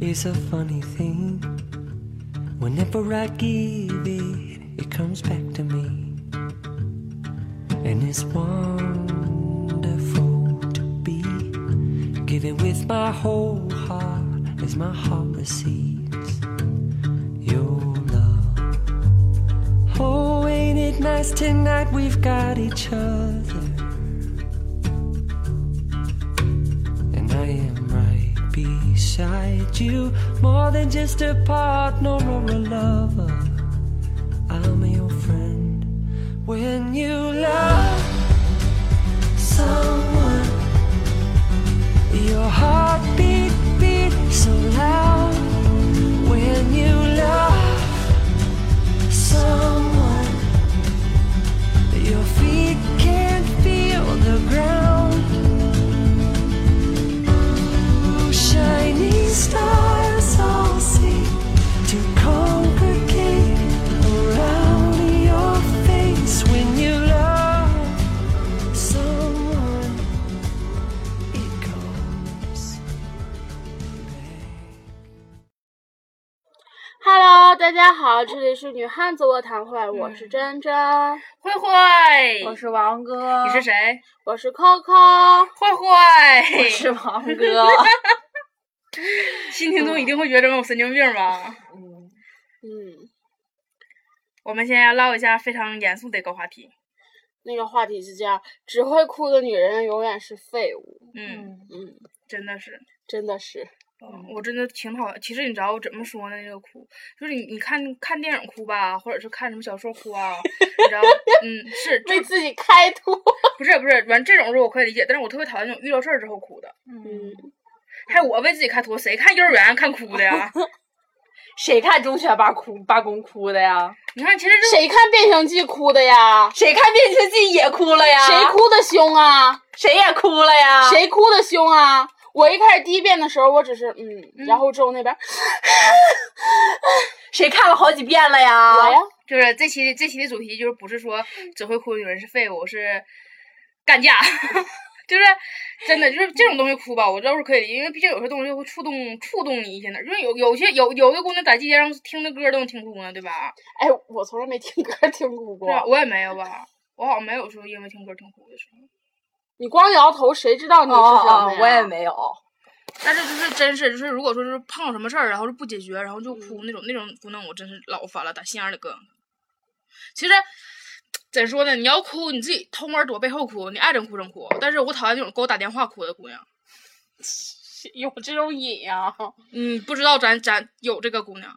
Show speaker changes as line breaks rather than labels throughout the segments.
is a funny thing. Whenever I give it, it comes back to me. And it's wonderful to be giving with my whole heart as my heart receives your love. Oh, ain't it nice tonight we've got each other? And I am right beside you, more than just a partner or a lover. I'm your friend when you love someone. Your heartbeat beat so loud when you love someone. Your feet can't feel the ground. Shiny stars all seem to congregate around your face when you love someone. It goes back.
Hello，大家好，这里是女汉子卧谈会，我是珍珍，
慧慧，
我是王哥，
你是谁？
我是 Coco。
慧
我
慧，
是王哥，
新听众一定会觉得我神经病吧？
嗯，
嗯，
我们先唠一下非常严肃的一个话题。
那个话题是这样：只会哭的女人永远是废物。
嗯，
嗯，
真的是，
真的是。
嗯，我真的挺讨厌。其实你知道我怎么说呢？那个哭，就是你你看看电影哭吧，或者是看什么小说哭 啊，你知道？嗯，是，
为
就
自己开脱。
不是不是，完这种是我可以理解，但是我特别讨厌那种遇到事儿之后哭的。
嗯，
嗯，
还有我为自己开脱，谁看幼儿园看哭的 呀？
谁看中学罢哭罢工哭的呀？
你看，其实这
谁看变形记哭的呀？
谁看变形记也哭了呀？
谁？哭的凶啊？
谁也哭了呀？？
谁哭的凶啊？我一开始第一遍的时候，我只是嗯，然后之后那边
谁看了好几遍了呀？
我呀，
就是这期这期的主题就是不是说只会哭的女人是废物，是干架， 就是真的就是这种东西哭吧，我倒是可以理解，因为毕竟有些东西会触动触动你一些呢，因为有有些有有的姑娘在街上听的歌都能听哭呢，对吧？
哎，我从来没听歌听哭
是
过。
啊吧？我也没有吧，我好像没有说因为听歌听哭的时候，
你光摇头，谁知道你
哦
是什
哦
么呀？，
我也没有。嗯
但是就是真是就是如果说就是碰什么事儿，然后就不解决，然后就哭那种那种姑娘，我真是老烦了，打心眼儿里膈应。其实怎说呢，你要哭你自己偷摸躲背后哭，你爱怎哭怎哭。但是我讨厌那种给我打电话哭的姑娘，
有这种瘾啊呀、
嗯，不知道咱咱有这个姑娘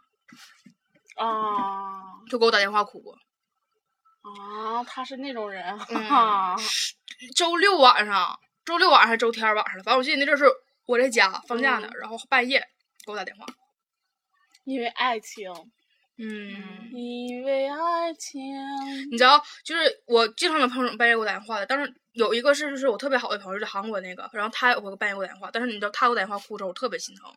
啊！啊
就给我打电话哭过。
啊，他是那种人啊
嗯，周六晚上，周六晚上还是周天晚上了，反正我记得那阵儿是我在家放假呢，然后半夜给我打电话，
因为爱情，
嗯
因为爱情。
你知道，就是我经常能碰上半夜给我打电话的，但是有一个是就是我特别好的朋友，就是韩国那个，然后他有个半夜给我打电话，但是你知道他给我打电话哭之后，我特别心疼，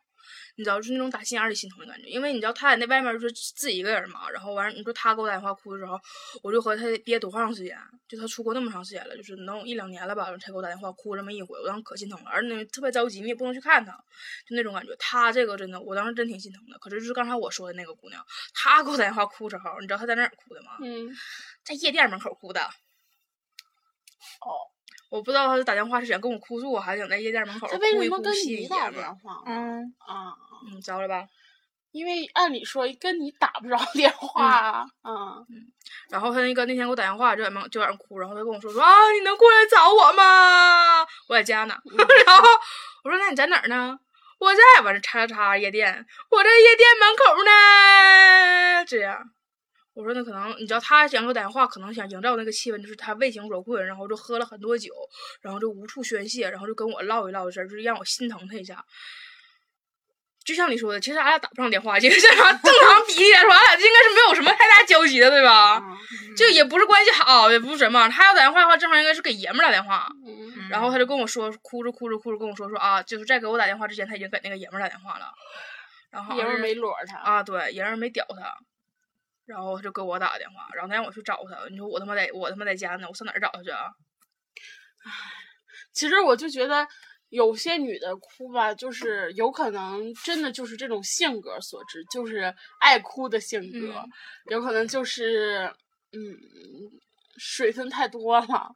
你知道，就是那种打心眼里心疼的感觉，因为你知道他在那外面就是自己一个人嘛，然后完了你说他给我打电话哭的时候，我就和他憋多长时间，啊就他出国那么长时间了，就是能有一两年了吧，才给我打电话哭这么一回，我当时可心疼了，而且特别着急，你也不能去看他，就那种感觉，他这个真的，我当时真挺心疼的。可是就是刚才我说的那个姑娘，她给我打电话哭时候，你知道她在哪儿哭的吗？
嗯，
在夜店门口哭的。哦，
哦
我不知道他是打电话是想跟我哭诉，还是想在夜店门口
他
哭
为什
一
么
哭
跟
吸
你
引
打
爷们儿
电话？
嗯，
啊，
嗯，知道了吧？
因为按理说跟你打不着电话啊。嗯，
然后他那个那天给我打电话，就在门就在那哭，然后他跟我说说啊，你能过来找我吗？我在家呢。
嗯
然后我说那你在哪儿呢？我在完了叉叉叉夜店，我在夜店门口呢。这样。我说那可能，你知道他想给我打电话，可能想营造那个气氛，就是他为情所困，然后就喝了很多酒，然后就无处宣泄，然后就跟我唠一唠这事儿，就是让我心疼他一下。就像你说的，其实俺俩打不上电话，其实正常正常比例来说，俺俩应该是没有什么太大交集的，对吧？
嗯
就也不是关系好，也不是什么，他要打电话的话，正常应该是给爷们儿打电话。
嗯
然后他就跟我说，哭着哭着哭着跟我说说啊，就是在给我打电话之前，他已经给那个爷们儿打电话了。然后好
爷
像
们儿
是
没裸他。
啊，对，爷们儿没屌他，然后就给我打个电话，然后他让我去找他。你说我他妈在我他妈在家呢，我上哪儿找他去啊？
其实我就觉得有些女的哭吧，就是有可能真的就是这种性格所致，就是爱哭的性格，
嗯
有可能就是嗯水分太多了。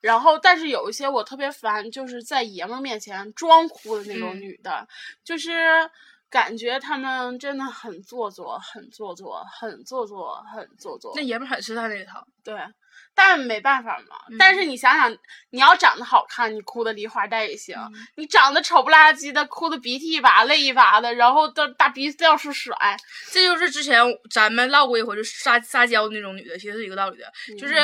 然后，但是有一些我特别烦，就是在爷们儿面前装哭的那种
嗯
女的，就是感觉她们真的很做作，很做作，很做作，很做作
那。爷们儿很吃他那一套，
对，但没办法嘛。但
嗯
是你想想，你要长得好看，你哭的梨花带雨行；
嗯
你长得丑不拉几的，哭的鼻涕一把泪一把的，然后到大鼻子到处甩，
哎这就是之前咱们唠过一回，就撒撒娇那种女的，其实是一个道理的。就是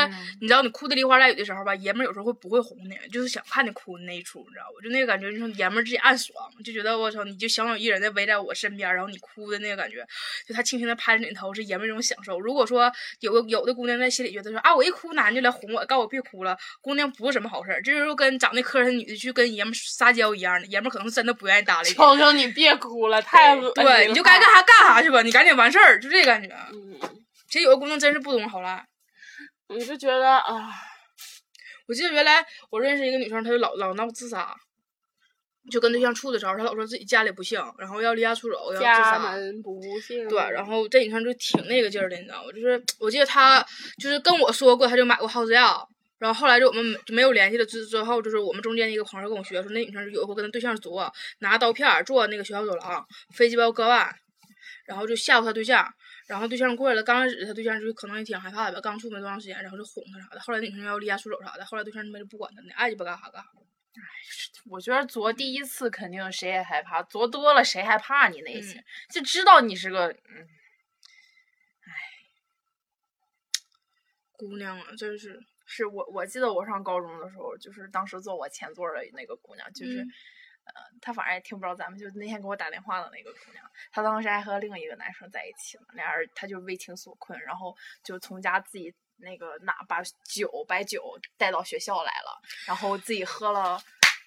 你知道你哭的梨花带雨的时候吧，爷们儿有时候会不会哄你，就是想看你哭的那一出，你知道吧？就那个感觉，你说爷们儿自己暗爽，就觉得我操，你就小鸟依人的围在我身边，然后你哭的那个感觉，就他轻轻的拍着你头，是爷们儿一种享受。如果说有个有的姑娘在心里觉得说啊，我一哭男就来哄我，告诉我别哭了，姑娘不是什么好事儿，这就是跟长得磕碜的女的去跟爷们儿撒娇一样的，爷们儿可能是真的不愿意搭理你。
求求你别哭了，太 恶心
对，你就该
了
干啥干啥去吧，你赶紧完事儿，就这感觉。
嗯，
其实有的姑娘真是不懂好赖。
我就觉得啊，
我记得原来我认识一个女生，她就老老闹自杀，就跟对象处的时候，她老说自己家里不幸，然后要离家出走，要自
家
杀。
门不幸。
对，然后这女生就挺那个劲儿的，你知道吗？就是我记得她就是跟我说过，她就买过耗子药，然后后来就我们没就没有联系了。之之后，就是我们中间的一个朋友跟我学说，那女生有一回跟她对象作，拿刀片儿坐那个学校走廊，飞机镖割腕，然后就吓唬她对象。然后对象过来了，刚开始她对象就可能也挺害怕的吧，刚处没多长时间，然后就哄她啥的。后来那女生要离家出走啥的，后来对象他妈就不管她，你爱鸡巴干啥干啥。
我觉得作第一次肯定谁也害怕，作多了谁害怕你那些，
嗯
就知道你是个嗯
姑娘啊，真是，
是我我记得我上高中的时候，就是当时坐我前座儿的那个姑娘，就是、
嗯
呃，她反正也听不着咱们，就那天给我打电话的那个姑娘，她当时还和另一个男生在一起呢，俩人她就为情所困，然后就从家自己那个拿把酒白酒带到学校来了，然后自己喝了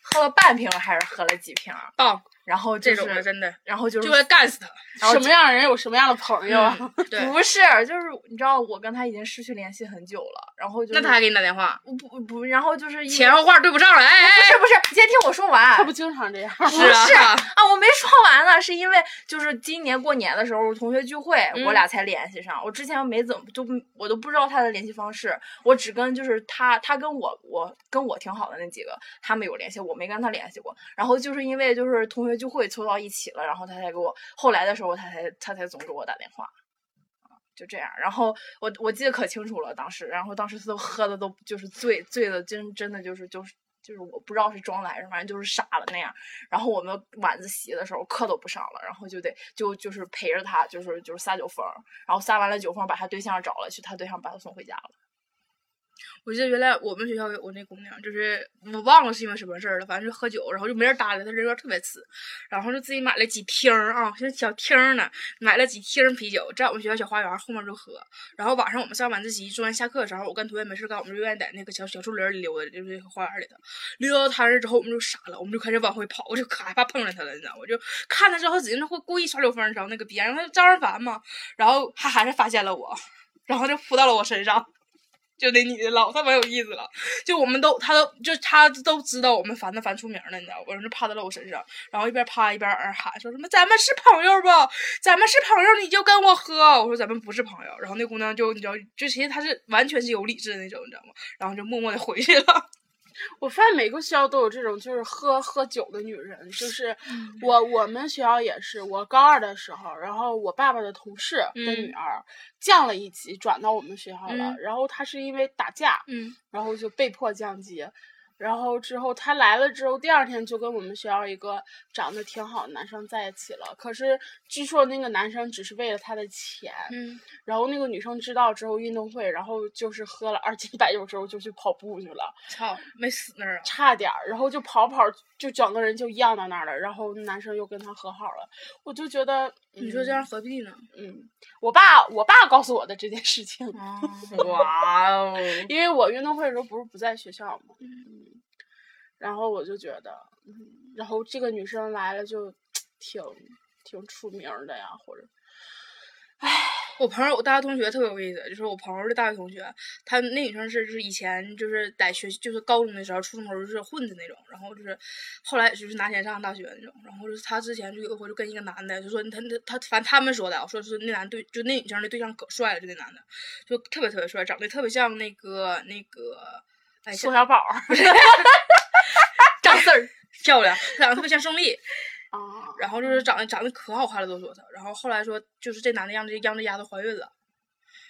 喝了半瓶儿还是喝了几瓶儿，
棒，
然后就
这种的
是
真的
然后就是
就该干死她。
然后
什么样的人有什么样的朋友啊？
对，
不是就是你知道我跟他已经失去联系很久了，然后就
那
是
她还给你打电话，
不不不，然后就是因为
前后话对不上了，哎
不
哎
是不是，你先听我说完。
他不经常这样。
哎，是啊，
啊，我没说完呢，是因为就是今年过年的时候同学聚会，
嗯
我俩才联系上。我之前没怎么就我都不知道他的联系方式，我只跟就是他，他跟我我跟我挺好的那几个，他们有联系，我没跟他联系过。然后就是因为就是同学聚会凑到一起了，然后他才给我后来的时候他才他才总给我打电话。啊就这样，然后我我记得可清楚了，当时，然后当时他都 喝的都就是醉醉的，真真的就是就是就是我不知道是装的还是反正就是傻了那样。然后我们晚自习的时候课都不上了，然后就得就就是陪着他，就是就是撒酒疯儿，然后撒完了酒疯儿，把他对象找了去，他对象把他送回家了。
我记得原来我们学校有我那姑娘，就是我忘了是因为什么事儿了，反正就喝酒，然后就没人搭理她，人缘特别次，然后就自己买了几听儿啊，现在小听儿呢，买了几听儿啤酒，在我们学校小花园后面就喝。哎然后晚上我们上晚自习，做完下课的时候，我跟同学没事干，我们就愿意在那个小小树林里溜达，就是花园里头溜到摊儿之后，我们就傻了，我们就开始往回跑，我就可害怕碰着他了，你知道吗？我就看他之后，指定他会故意耍柳风，你知道那个逼样，然后他招人烦嘛，然后他还是发现了我，然后就扑到了我身上。 就那女的老他妈有意思了，就我们都，他都就他都知道我们烦他烦出名了，你知道吗，我就趴在了我身上，然后一边趴一边儿喊说什么咱们是朋友不？咱们是朋友你就跟我喝，我说咱们不是朋友，然后那姑娘就你知道，就其实她是完全是有理智的那种，你知道吗？然后就默默的回去了，
我发现每个学校都有这种，就是喝喝酒的女人，就是
嗯
我我们学校也是，我高二的时候，然后我爸爸的同事的女儿、降了一级，转到我们学校了，
嗯
然后她是因为打架，
嗯，
然后就被迫降级。然后之后他来了之后，第二天就跟我们学校一个长得挺好的男生在一起了。可是据说那个男生只是为了她的钱，
嗯，
然后那个女生知道之后运动会，然后就是喝了 二斤白酒之后就去跑步去了。
操，没死那儿啊，
差点儿，然后就跑跑，就整个人就漾到那儿了。然后男生又跟他和好了，我就觉得，
你说这样何必 呢？
嗯，嗯，我爸，我爸告诉我的这件事情，
啊，
哇哦！
因为我运动会的时候不是不在学校嘛，嗯，然后我就觉得，嗯，然后这个女生来了就挺挺出名儿的呀，或者，唉，
我朋友，我大学同学特别有意思，就是我朋友的大学同学，她那女生是就是以前就是在学就是高中的时候、初中的时候就是混的那种，然后就是后来就是拿钱上大学那种，然后就是她之前就有一回就跟一个男的，就说她她她反正他们说的啊，说是那男对就那女生的对象可帅了，就那男的就特别特别帅，长得特别像那个那个哎
宋小宝儿
张四儿漂亮，长得特别像宋轶。
啊，
然后就是长得长得可好看了，都说她。然后后来说，就是这男的让这让这丫头怀孕了，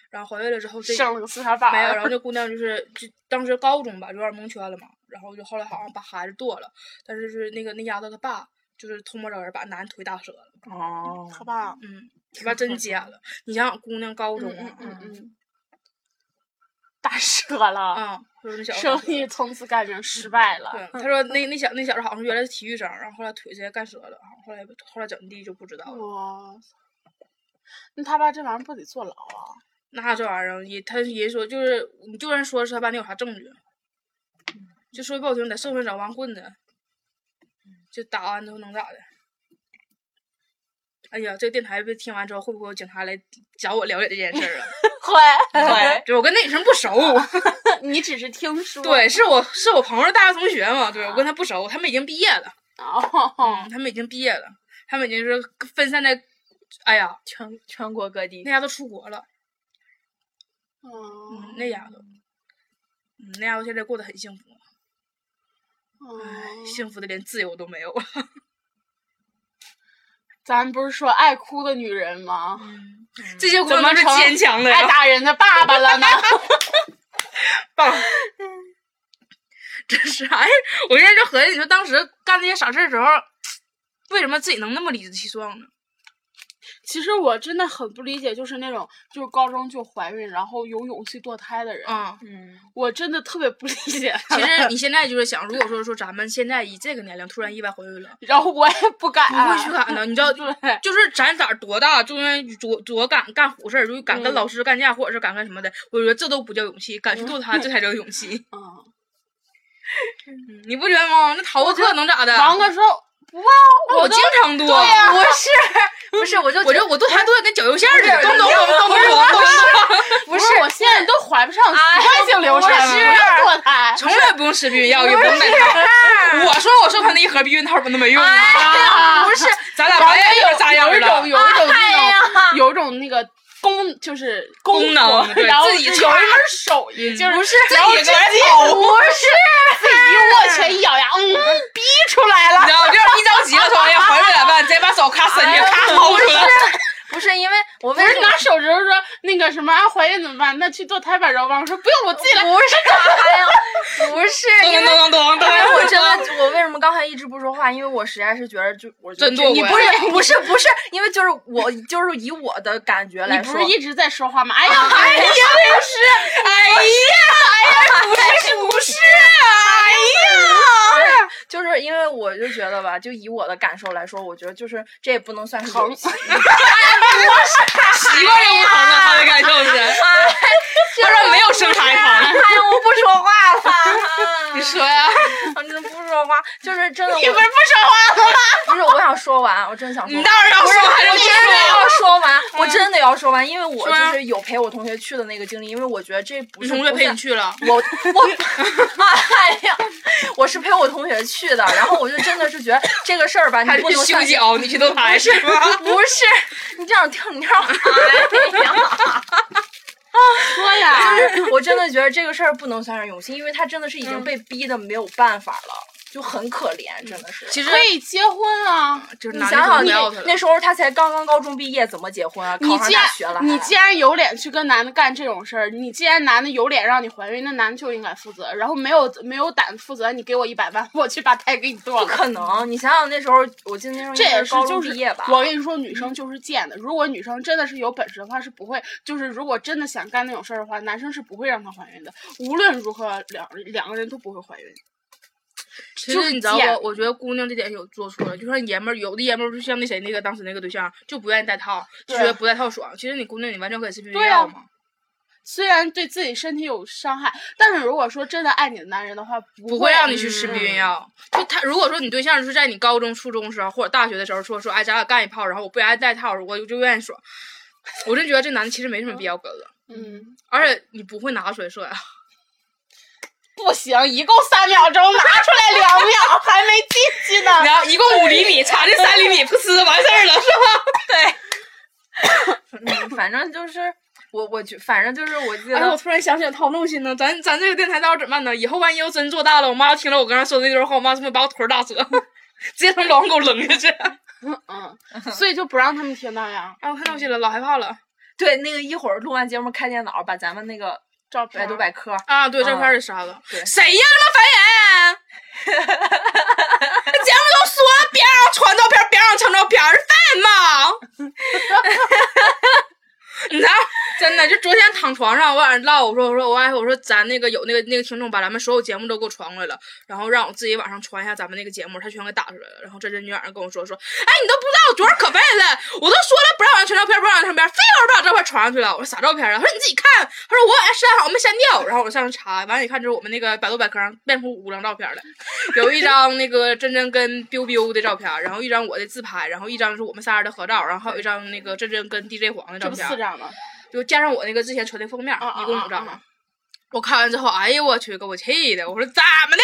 然后怀孕了之后这
生了个宋小宝儿，
没有，然后这姑娘就是就当时高中吧，有点蒙圈了嘛，然后就后来好像把孩子剁了，但是是那个那丫头她爸就是偷摸着人把男的腿打折了，
哦
他爸，
嗯，他 爸真奸了。你想想，姑娘高中
嗯
啊，
嗯嗯， 打折了，
啊， 就是那小子
生意从此改名失败了。
对，他说那那小那小子好像是原来是体育生，然后后来腿直接干折了，后来后来怎么地就不知道了。
哇塞，那他爸这玩意儿不得坐牢啊？
那这玩意儿也，他也说就是，你就算说是他爸，你有啥证据？就说句不好听，在社会上找光棍子，就打完之后能咋的？哎呀，这个电台被听完之后，会不会有警察来找我了解这件事儿啊？
会，
对，我跟那女生不熟，
你只是听说。
对，是我是我朋友的大学同学嘛，
啊
对我跟她不熟，他们已经毕业了，
哦，
嗯，他们已经毕业了，他们已经是分散在，哎呀，
全全国各地
那，家都出国了，嗯，
嗯
那家都，嗯，那家都现在过得很幸福。
嗯哎
嗯
唉，幸福的连自由都没有了。
咱不是说爱哭的女人吗？
这些姑
怎
娘
么
都是
成
坚强的
爱
呀，
打人的爸爸了呢？
棒！ 真是，哎，我现在就合计，你说当时干那些傻事儿的时候，为什么自己能那么理直气壮呢？
其实我真的很不理解，就是那种就是高中就怀孕，然后有勇气堕胎的人，
嗯，
嗯，
我真的特别不理解。
其实 你现在就是想，如果说说咱们现在以这个年龄突然意外怀孕了，
然后我也不敢，
不会去敢的，你知道。
对，
就是咱咋多大，就愿意多多敢干虎事儿，就敢跟老师干架，或者是敢干什么的，我觉得这都不叫勇气，敢去堕胎这才叫勇气，
嗯。
你不觉得吗？那逃课能咋的？
王哥说不啊，
我
我都
经常多，
不是 不是，我就
我
觉
就
得
我都还都跟绞肉馅儿似的，
不
咚
是
咚咚咚咚咚咚，
不是，我现在都怀不上习惯性流产，
哎
不要堕胎。
从来不用吃避孕药，也不用买套。我说我收藏那一盒避孕套都那么用，
啊
不是，
咱俩完全有啥样
有一
儿
种
了？
有一种
哎呀
那种有一种那个功就是
功能
夫
对
然后
自己
有一
歘
门手艺，就是
不是
然后
自己
自己
来
不是自己一握拳一咬牙，嗯，逼出来
你
了。
知道，这样一着急了，说哎呀怀孕咋办？直接把手咔伸进去，咔薅出来。
不是因为我
不
为
是
什么
拿手指头说那个什么啊怀孕怎么办？那去堕胎吧。然后王说不用，我自己来。
不是啥呀？不是因
咚
为
咚咚咚咚
因为我真
咚。
的，我为什么刚才一直不说话？因为我实在是觉得就，我觉得
真做
你
过
不
呀
是不是不是，因为就是我就是以我的感觉
你
来
不
说
是，一直在说话吗？哎呀，哎呀，
啊哎呀，哎呀，不是不是，
啊
哎呀，
就是因为我就觉得吧，就以我的感受来说，我觉得就是这也不能算是
疼
勇气
习惯性无疼了，他的感受是，他说没有生孩
哎
疼。
呀，我不说话了，
你 说呀，
我真不说话，就是 真的我，
啊你不是不说话
不是我想说完，我真想说
你
完。
待会儿要
不是，
说还是
我
不
真的
说？嗯
要说完，我真的要说完，因为我
说呀
就是有陪我同学去的那个经历，因为我觉得这不
你
是
同学
不
陪
是
你去了，
我我 哎呀，我是陪我同学去的，然后我就真的是觉得这个事儿吧，
他
你
是
不
去
能
修
算是
脚，你去堕胎是吗？
不是你这样听你这样，哎呀，
说呀，
我真的觉得这个事儿不能算是勇气，因为他真的是已
嗯
经被逼的没有办法了，就很可怜，真的是。
其实
可以结婚啊。
就是
你
男
想
的可能
想你
不要他了
那。时候他才刚刚高中毕业，怎么结婚啊？
你
考上
既
大
然
学了还，
你既然有脸去跟男的干这种事儿，你既然男的有脸让你怀孕，那男的就应该负责。然后没有没有胆负责，你给我一百万，我去把胎给你
不
剁了。
可能，你想想那时候，我记得那时候
这
应该
也
是
是
高
就
中
是
毕业吧，
我跟你说，女生就是贱的。如果女生真的是有本事的话，是不会，就是如果真的想干那种事儿的话，男生是不会让她怀孕的。无论如何，两两个人都不会怀孕。
其
就
实
是
你知道
贱
我，我觉得姑娘这点有做错了，就像爷们儿，有的爷们儿就像那谁那个当时那个对象，就不愿意戴套，就
对
觉得不戴套爽。其实你姑娘，你完全可以吃避孕
对
药
啊
嘛，
虽然对自己身体有伤害，但是如果说真的爱你的男人的话，
不
不
会
会嗯
让你去吃避孕药。就他如果说你对象是在你高中、初中时候或者大学的时候说说，哎，咱俩干一炮，然后我不愿意戴套，我就愿意爽。我真觉得这男的其实没什么必要跟了，
嗯，
而且你不会拿出来说呀、
不行，一共三秒钟，拿出来两秒， 还没进去呢。
然后一共五厘 米，差这三厘米，噗呲完事儿了，是吧？
嗯反正就是我，我觉，反正就是我记
哎，我
得，
突然想起来，好闹心呢。咱咱这个电台到时候怎么办呢？以后万一要真做大了，我妈要听了我刚才说的那段话，我妈是不是把我腿儿打折， 直接从楼上给我扔下去？
嗯，所以就不让他们听到呀。
哎，我太闹心了，老害怕了
对那个一会儿录完节目开电脑，把咱们那个
照片
百
儿
度百科，
啊！对，照
啊
片儿给删了。
对
谁呀？那么烦 人！节目都说了，别让我传照片儿，别让我传照片儿，烦吗？ 你知道，真的，就昨天躺床上，我晚上唠，我说，我说，我哎，我说咱那个有那个那个听众把咱们所有节目都给我传过来了，然后让我自己晚上传一下咱们那个节目，他全给打出来了。然后这真女晚上跟我说说，哎，你都不知道我昨儿可背了，我都说了不让我传照片，不让我传照片，非要把我照片传上去了。我说啥照片啊？他说你自己看。他说我晚上删好没删掉。然后我上去查，完了一看，这是我们那个百度百科上变出五张照片了，有一张那个真真跟 biu biu 的照片，然后一张我的自拍，然后一张是我们仨人的合照，然后还有一张那个真真跟 DJ 黄的
这
照
不
片。
四张吗？
就加上我那个之前存的封面，
啊
一共
啊
五张
啊
嘛。我看完之后，哎呦我去，给我气的！我说怎么
嗯
的？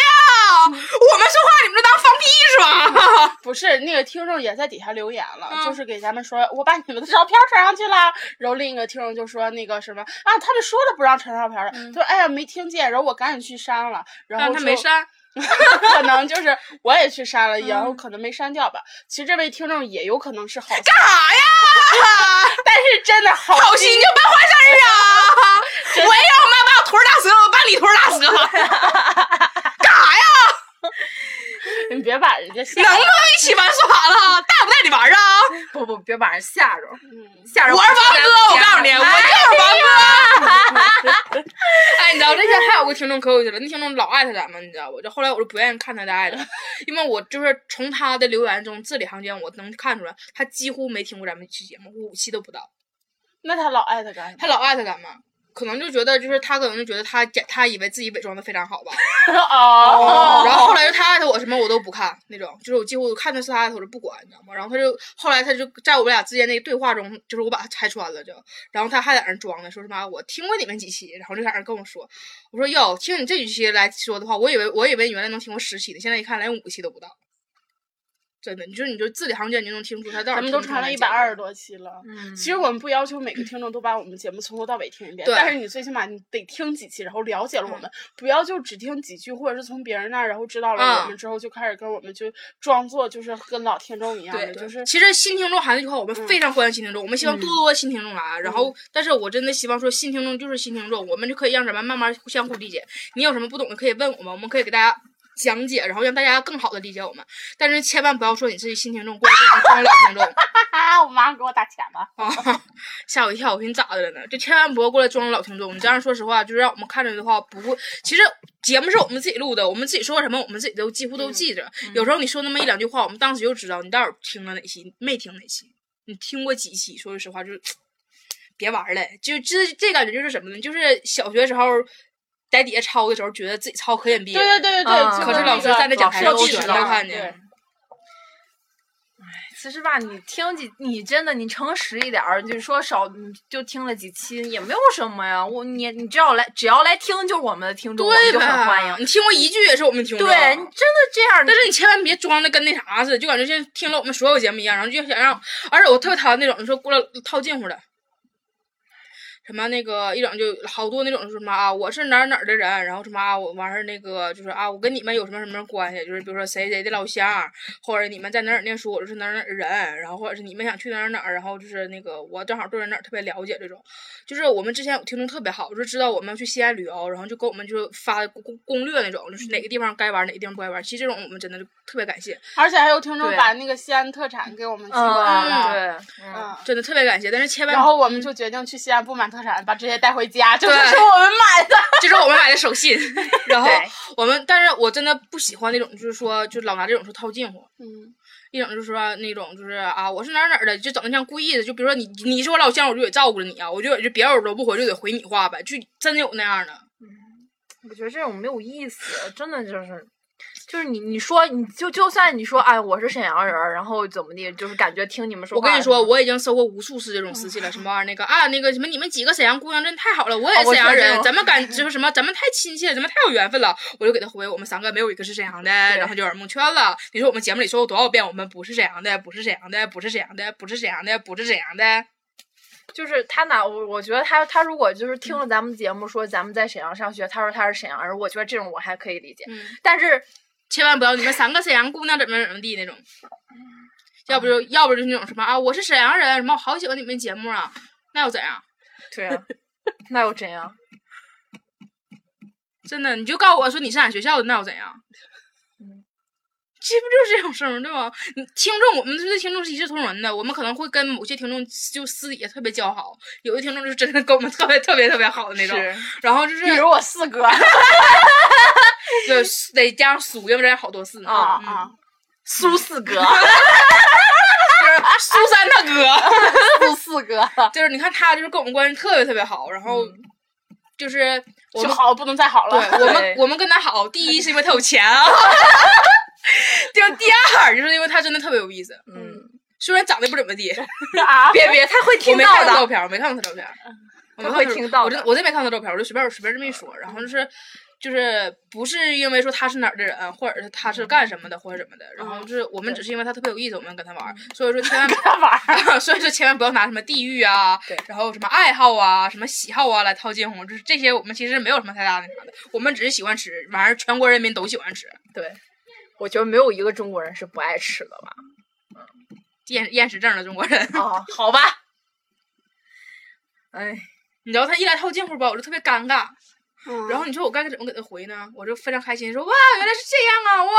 我们说话你们就当放屁是吧？
不是，那个听众也在底下留言了，
嗯
就是给咱们说，我把你们的照片传上去啦。然后另一个听众就说那个什么啊，他们说了不让传照片儿的，他说哎呀没听见，然后我赶紧去删了，然
嗯但
后
他没
就
删，
可能就是我也去删了，然后可能没删掉吧。其实这位听众也有可能是好心，
干啥呀？
但是真的好
好心就办坏事儿啊！我也让我妈把我腿儿打折，我把你腿儿 打折，干啥呀？
你别把人家吓
能不能一起玩耍了？带不带你玩儿啊？
不不，别把人吓着，
嗯
吓着
我哎是王哥，我告诉你，我就是王哥。哎，你知道那天还有个听众可有趣了，那听众老艾特咱们，你知道不？就后来我就不愿意看他的艾特，因为我就是从他的留言中字里行间我能看出来，他几乎没听过咱们一期节目，五期都不到。
那他老艾特干什
他老艾特咱们，可能就觉得就是他可能就觉得他他以为自己伪装的非常好吧。
么？哦
然后后来就他艾特我什么我都不看那种，就是我几乎看的是他艾特我就不管，你知道吗？然后他就后来他就在我们俩之间那个对话中，就是我把他拆穿了就，然后他还在那儿装呢，说什么我听过你们几期，然后就在那儿跟我说，我说哟，听你这几期来说的话，我以为我以为你原来能听过十期呢，现在一看连五期都不到，真的，你就你就字里行间你就能听出他到底
咱们都
听不
传
听
了一
咱
百
节目
二十多期了。
嗯
嗯
其实我们不要求每个听众都把我们节目从头到尾听一遍，
对
但是你最起码你得听几期，然后了解了我们，不要就只听几句，或者是从别人那儿然后知道了我们之后就开始跟我们就装作就是跟老听众一样的，
对
就是嗯
其实新听众还是那句话，我们非常欢迎新听众，我们希望多多新听众来。然后，但是我真的希望说，新听众就是新听众，我们就可以让咱们慢慢互相互理解。你有什么不懂的可以问我们，我们可以给大家讲解，然后让大家更好的理解我们。但是千万不要说你是新听众，过来说你装老听众
啊，我妈给我打钱了，
啊，吓我一跳！我寻思咋的了呢？就千万不要过来装老听众。你这样说实话，就是让我们看着的话不会。其实节目是我们自己录的，我们自己说什么，我们自己都几乎都记着。有时候你说那么一两句话，我们当时就知道你到底听了哪期，没听哪期，你听过几期。说句实话，就是别玩儿了，就这这感觉就是什么呢？就是小学时候在底下抄的时候，觉得自己抄可隐蔽
对对
了。
对对对，
啊
就
嗯可
跟
是老
那
师
个
在那讲台上
说
指
句
着
呢
看
对
见。
其实吧，你听几，你真的你诚实一点儿，就是说少你就听了几期也没有什么呀。我你你只要来只要来听就是我们的听众，我们
对
就很欢
吧？
迎。
你听过一句也是我们听啊
对
过。
你真的这样，
但是你千万别装的跟那啥似的，就感觉像听了我们所有节目一样，然后就想让，而且我特别讨厌那种说过来套近乎的，什么那个一整就好多那种说什么啊，我是哪儿哪儿的人，然后什么啊，我完事儿那个就是啊，我跟你们有什么什么关系，就是比如说谁谁的老乡，或者你们在哪儿哪儿念书，我就是哪儿哪儿的人，然后或者是你们想去哪儿哪儿，然后就是那个我正好对人哪儿特别了解这种，就是我们之前有听众特别好，就知道我们要去西安旅游，然后就给我们就发攻攻略那种，就是哪个地方该玩，哪个地方不该玩。其实这种我们真的就特别感谢，
而且还有听众
对
把那个西安特产给我们寄过来了，
嗯，对，嗯。
嗯。
真的特别感谢。但是千万
然后我们就决定去西安不买特产，把这些带回家，这都
对
是我们买的。
这是我们买的 手信，然后
对
我们，但是我真的不喜欢那种，就是说，就老拿这种说套近乎。
嗯，
一种就是说那种就是啊，我是哪儿哪儿的，就整的像故意的。就比如说你你是我老乡，我就得照顾着你啊，我就得就别人都不回，就得回你话呗，就真的有那样的。
我觉得这种没有意思，真的就是就是你你说你就就算你说哎我是沈阳人儿，然后怎么的，就是感觉听你们说
我
话
跟你
什么
说，
的嗯
我已经收过无数次这种私信了，什么玩意儿那个啊，那个什么，你们几个沈阳姑娘真太好了，我也
哦
是
我
沈阳
知道这
人，
种
咱们感 就是什么，咱们太亲切了，咱们太有缘分了。我就给他回，我们三个没有一个是沈阳的，然后就有人蒙圈了。你说我们节目里说过多少遍，我们不是沈阳的，不是沈阳的，不是沈阳的，不是沈阳的，不是沈阳的。
就是他哪我我觉得他他如果就是听了咱们节目说咱们在沈阳上学，他说他是沈阳人，我觉得这种我还可以理解。
嗯
但是
千万不要你们三个沈阳姑娘怎么怎么地那种，要不就要不就是那种什么啊，我是沈阳人，什么我好喜欢你们节目啊，那又怎样？
对啊，那又怎样？
真的，你就告诉我说你是俺学校的，那又怎样？
嗯
这不就是这种事儿吗？对吧？你听众，我们对听众是一视同仁的，我们可能会跟某些听众就私底下特别交好，有的听众就是真的跟我们特别特别特别好的那种，然后就是
比如我四啊哥
嗯对得加上数，要不然好多次呢。
啊
嗯
啊，
苏四 哥，
就是苏三大哥。嗯
不四哥
就是你看他就是跟我们关系特别特别好，然后就是我
就
们、
好啊了不能再好了。
对我们
对
我们跟他好，第一是因为他有钱啊， 就第二就是因为他真的特别有意思，
嗯，
虽然长得不怎么地，
啊，
别别，他会
我
听
没看
到
过他照
的。嗯
片，我没看过他照片，我没
他
看
会
过他
听到
我
的嗯
真我真没看过他照片，我就随便随便这么一说，然后就是。就是不是因为说他是哪儿的人，或者是他是干什么的，或者怎么的，然
嗯
后就是我们只是因为他特别有意思，我们跟他玩儿，所以说千万不
他玩儿
所以说千万不要拿什么地域啊
对，
然后什么爱好啊、什么喜好啊来套近乎，就是这些我们其实没有什么太大那啥的，我们只是喜欢吃，完事儿全国人民都喜欢吃。
对，我觉得没有一个中国人是不爱吃的 吧？
厌厌食症的中国人，
啊，
好吧，
哎，
你知道他一来套近乎吧，我就特别尴尬。然
然后
后你说我该怎么给他回呢？我就非常开心说哇，原来是这样啊，哇，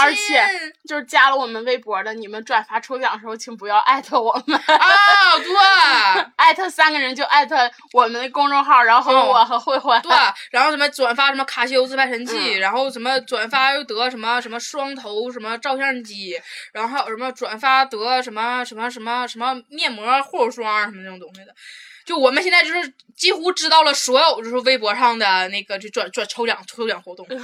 而
亲
且就是加了我们微博的，你们转发抽奖的时候，请不要艾特我们，
啊，对。
艾特三个人就艾特我们的公众号，然后和
嗯
我和慧慧。
对，然后什么转发什么卡西欧自拍神器，
嗯
然后什么转发又得什么什么双头什么照相机，然后还有什么转发得什么什么什么什么面膜护手霜什么那种东西的。就我们现在就是几乎知道了所有就是微博上的那个就转转抽奖抽奖活动，
嗯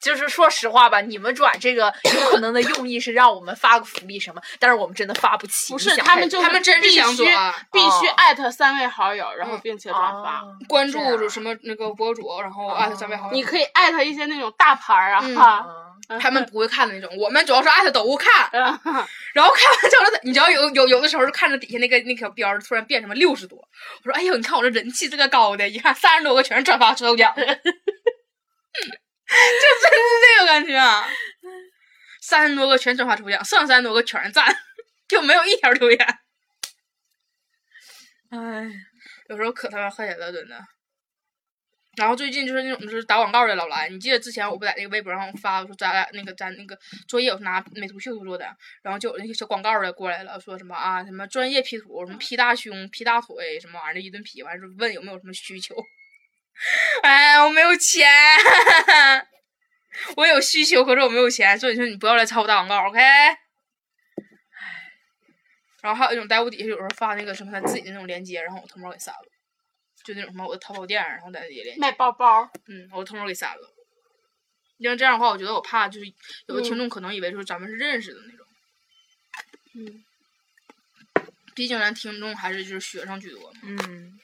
就是说实话吧，你们转这个有可能的用意是让我们发个福利什么，但是我们真的发不起。
不
你
是
想
他
太
们
多
就
他们真是
必
想
须
转
必须
哦
艾特三位好友，然后并且转发。
哦
关
这样
注什么那个博主，然后艾特三位好友。
啊你可以艾特一些那种大牌儿啊，哈
嗯
他们不会看的那种，我们主要是艾特都看，
嗯
然后看完之后，你知道有有有的时候就看着底下那个那条标儿突然变什么六十多，我说哎呦，你看我这人气这个高的，一看三十多个全是转发抽奖的，嗯就 真是这个感觉啊，三十多个全转发抽奖，剩三十多个全是赞，就没有一条留言，
哎，
有时候可他妈恨人了，真的。然后最近就是那种就是打广告的老来，你记得之前我不在那个微博上发我说咱俩那个咱那个作业我是拿美图秀秀做的，然后就有那个小广告的过来了，说什么啊什么专业 P 图，什么 P 大胸、P 大腿什么玩意儿的，一顿 P，完事儿问有没有什么需求。 哎，我没有钱，我有需求，可是我没有钱，所以说你不要来抄我打广告，OK？然后还有一种在我底下有时候发那个什么他自己的那种链接，然后我偷摸给删了，就那种什么我的淘宝店，然后在那里链接，
卖包包，
嗯，我偷摸给删了。因为这样的话，我觉得我怕就是有的听
嗯
众可能以为说咱们是认识的那种，
嗯，
毕竟咱听众还是就是学生居多嘛，
嗯，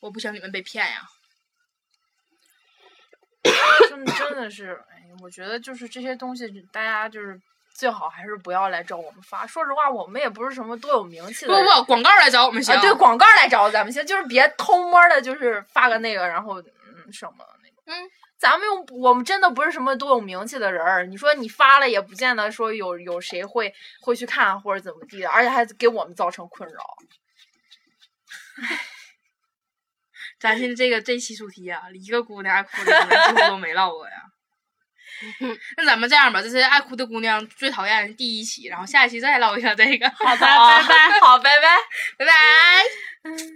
我不想你们被骗呀。
真的真的是，哎，我觉得就是这些东西，大家就是最好还是不要来找我们发。说实话，我们也不是什么多有名气
不
的人。
不，广告来找我们行。
啊，对，广告来找咱们行，就是别偷摸的，就是发个那个，然后嗯什么那种。
嗯，
咱们又不我们真的不是什么多有名气的人儿，你说你发了也不见得说有有谁会会去看或者怎么地的，而且还给我们造成困扰。
咱现在这个这期主题啊，一个姑娘爱哭的姑娘几乎都没唠过 呀。那咱们这样吧，这是爱哭的姑娘最讨厌的第一 期，然后下一期再唠一下这个。
好的，拜拜。
好，拜拜。
拜拜。